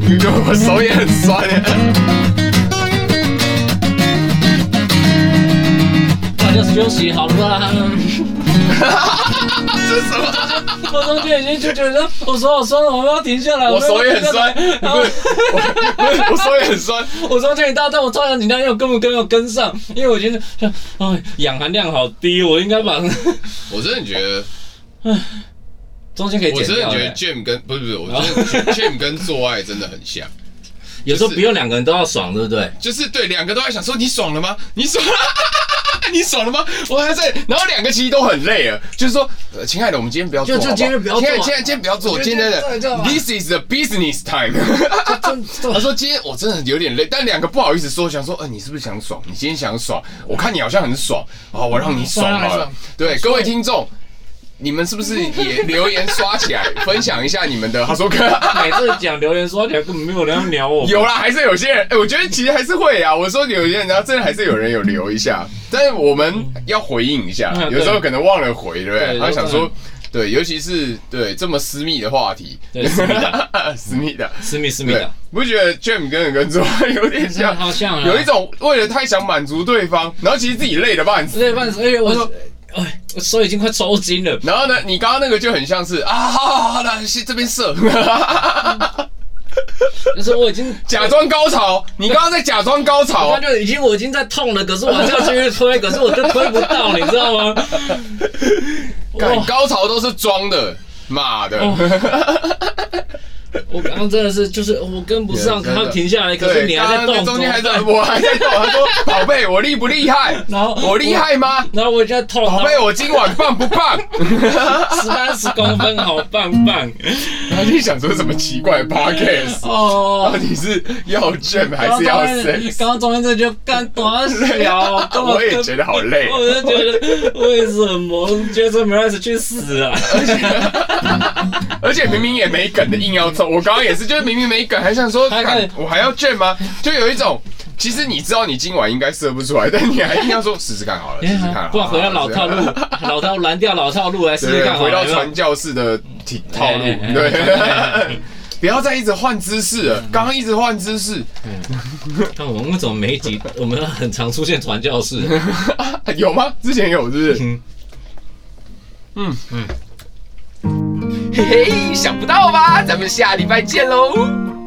[SPEAKER 2] 听就我手也很酸耶。
[SPEAKER 1] 大家休息好了吧？
[SPEAKER 2] 这是什么？
[SPEAKER 1] 我中间已经就觉得我手好酸了，我们要停下来。
[SPEAKER 2] 我手也很酸，不是
[SPEAKER 1] 然后
[SPEAKER 2] 我，我手也很酸。
[SPEAKER 1] 我中间一大段，我突然紧张又跟不跟又跟上，因为我觉得像哦氧含量好低，我应该把
[SPEAKER 2] 我真的觉得，
[SPEAKER 1] 中间可以
[SPEAKER 2] 我
[SPEAKER 1] 剪
[SPEAKER 2] 真的
[SPEAKER 1] 掉
[SPEAKER 2] 觉得
[SPEAKER 1] 的。
[SPEAKER 2] Jam 跟不是不是，我真的觉得 Jam 跟做爱真的很像，
[SPEAKER 1] 有时候不用两个人都要爽，对不对？
[SPEAKER 2] 就是对两个都在想说你爽了 吗？你爽。你爽了吗？我还在，然后两个其实都很累了，就是说，呃亲爱的，我们今天不要做
[SPEAKER 1] 就就
[SPEAKER 2] 好好
[SPEAKER 1] 今天不要做
[SPEAKER 2] 亲爱的
[SPEAKER 1] 啊
[SPEAKER 2] 亲爱的今天不要做，今天
[SPEAKER 1] 今天做啊
[SPEAKER 2] 的
[SPEAKER 1] 就好
[SPEAKER 2] This is the business time。他说今天我真的有点累，但两个不好意思说，想说，呃，你是不是想爽？你今天想爽？我看你好像很爽，啊，我让你
[SPEAKER 1] 嗯
[SPEAKER 2] 爽好了。对，各位听众。你们是不是也留言刷起来，分享一下你们的？他说哥，
[SPEAKER 1] 每次讲留言说起来根本没有人要鸟我。
[SPEAKER 2] 有啦，还是有些人，哎、我觉得其实还是会啊。我说有些人，然后真的还是有人有留一下，但是我们要回应一下，
[SPEAKER 1] 嗯
[SPEAKER 2] 有时候可能忘了回，对不对？
[SPEAKER 1] 对
[SPEAKER 2] 他想
[SPEAKER 1] 有
[SPEAKER 2] 说
[SPEAKER 1] 可，
[SPEAKER 2] 对，尤其是对这么私密的话题，
[SPEAKER 1] 对私密
[SPEAKER 2] 私密的，
[SPEAKER 1] 私密私密
[SPEAKER 2] 对
[SPEAKER 1] 的，，
[SPEAKER 2] 不觉得 Jam 跟跟做爱有点像？
[SPEAKER 1] 好像啊
[SPEAKER 2] 有一种为了太想满足对方，然后其实自己累的半死。
[SPEAKER 1] 累半死，哎、我说，哎，我手已经快抽筋了。
[SPEAKER 2] 然后呢，你刚刚那个就很像是啊，好好好的，是这边射，
[SPEAKER 1] 就是我已经，
[SPEAKER 2] 假装高潮。你刚刚在假装高潮
[SPEAKER 1] 他，就已经我已经在痛了，可是我还是要继续推，可是我就推不到，你知道吗？
[SPEAKER 2] 干
[SPEAKER 1] 哇，
[SPEAKER 2] 高潮都是装的，妈
[SPEAKER 1] 哦
[SPEAKER 2] 的！
[SPEAKER 1] 我刚刚真的是，就是我跟不上，
[SPEAKER 2] 真
[SPEAKER 1] 他
[SPEAKER 2] 的
[SPEAKER 1] 停下来，可是
[SPEAKER 2] 对
[SPEAKER 1] 你
[SPEAKER 2] 刚
[SPEAKER 1] 还在
[SPEAKER 2] 刚
[SPEAKER 1] 动，
[SPEAKER 2] 那中间还
[SPEAKER 1] 怎
[SPEAKER 2] 在，
[SPEAKER 1] 么办
[SPEAKER 2] 我还在动。他 说：“宝贝，我厉不厉害？
[SPEAKER 1] 然后
[SPEAKER 2] 我厉，害吗？
[SPEAKER 1] 然后我就在痛，
[SPEAKER 2] 宝贝，
[SPEAKER 1] 然后
[SPEAKER 2] 我今晚棒不棒？”
[SPEAKER 1] 三十公分，好棒 棒
[SPEAKER 2] 然后就想说什么奇怪的 podcast。
[SPEAKER 1] 哦
[SPEAKER 2] 到。底是要 jam 还
[SPEAKER 1] 然后
[SPEAKER 2] 是要
[SPEAKER 1] 中间
[SPEAKER 2] sex？啊
[SPEAKER 1] 刚刚中间这就干多小，根本
[SPEAKER 2] 我也觉得好累
[SPEAKER 1] 我就觉得为什么 Jason Mraz 去死啊？
[SPEAKER 2] 而且明明也没梗的硬要凑，我刚刚也是，就是明明没梗，还想说，
[SPEAKER 1] 还
[SPEAKER 2] 干我还要卷吗？就有一种，其实你知道你今晚应该射不出来，但你还硬要说试试看 好了，试哎试看好了，
[SPEAKER 1] 不然回到老套路
[SPEAKER 2] 好了，
[SPEAKER 1] 老套蓝调老套路来试
[SPEAKER 2] 对
[SPEAKER 1] 试看好
[SPEAKER 2] 回
[SPEAKER 1] 了。
[SPEAKER 2] 到传教士的体套路，
[SPEAKER 1] 哎哎哎
[SPEAKER 2] 对， 不要再一直换姿势了，刚刚一直换姿势，
[SPEAKER 1] 看我们为什么每一集我们很常出现传教士？
[SPEAKER 2] 有吗？之前有是不是？
[SPEAKER 1] 嗯
[SPEAKER 2] 嗯嗯，嘿嘿，想不到吧？咱们下礼拜见喽。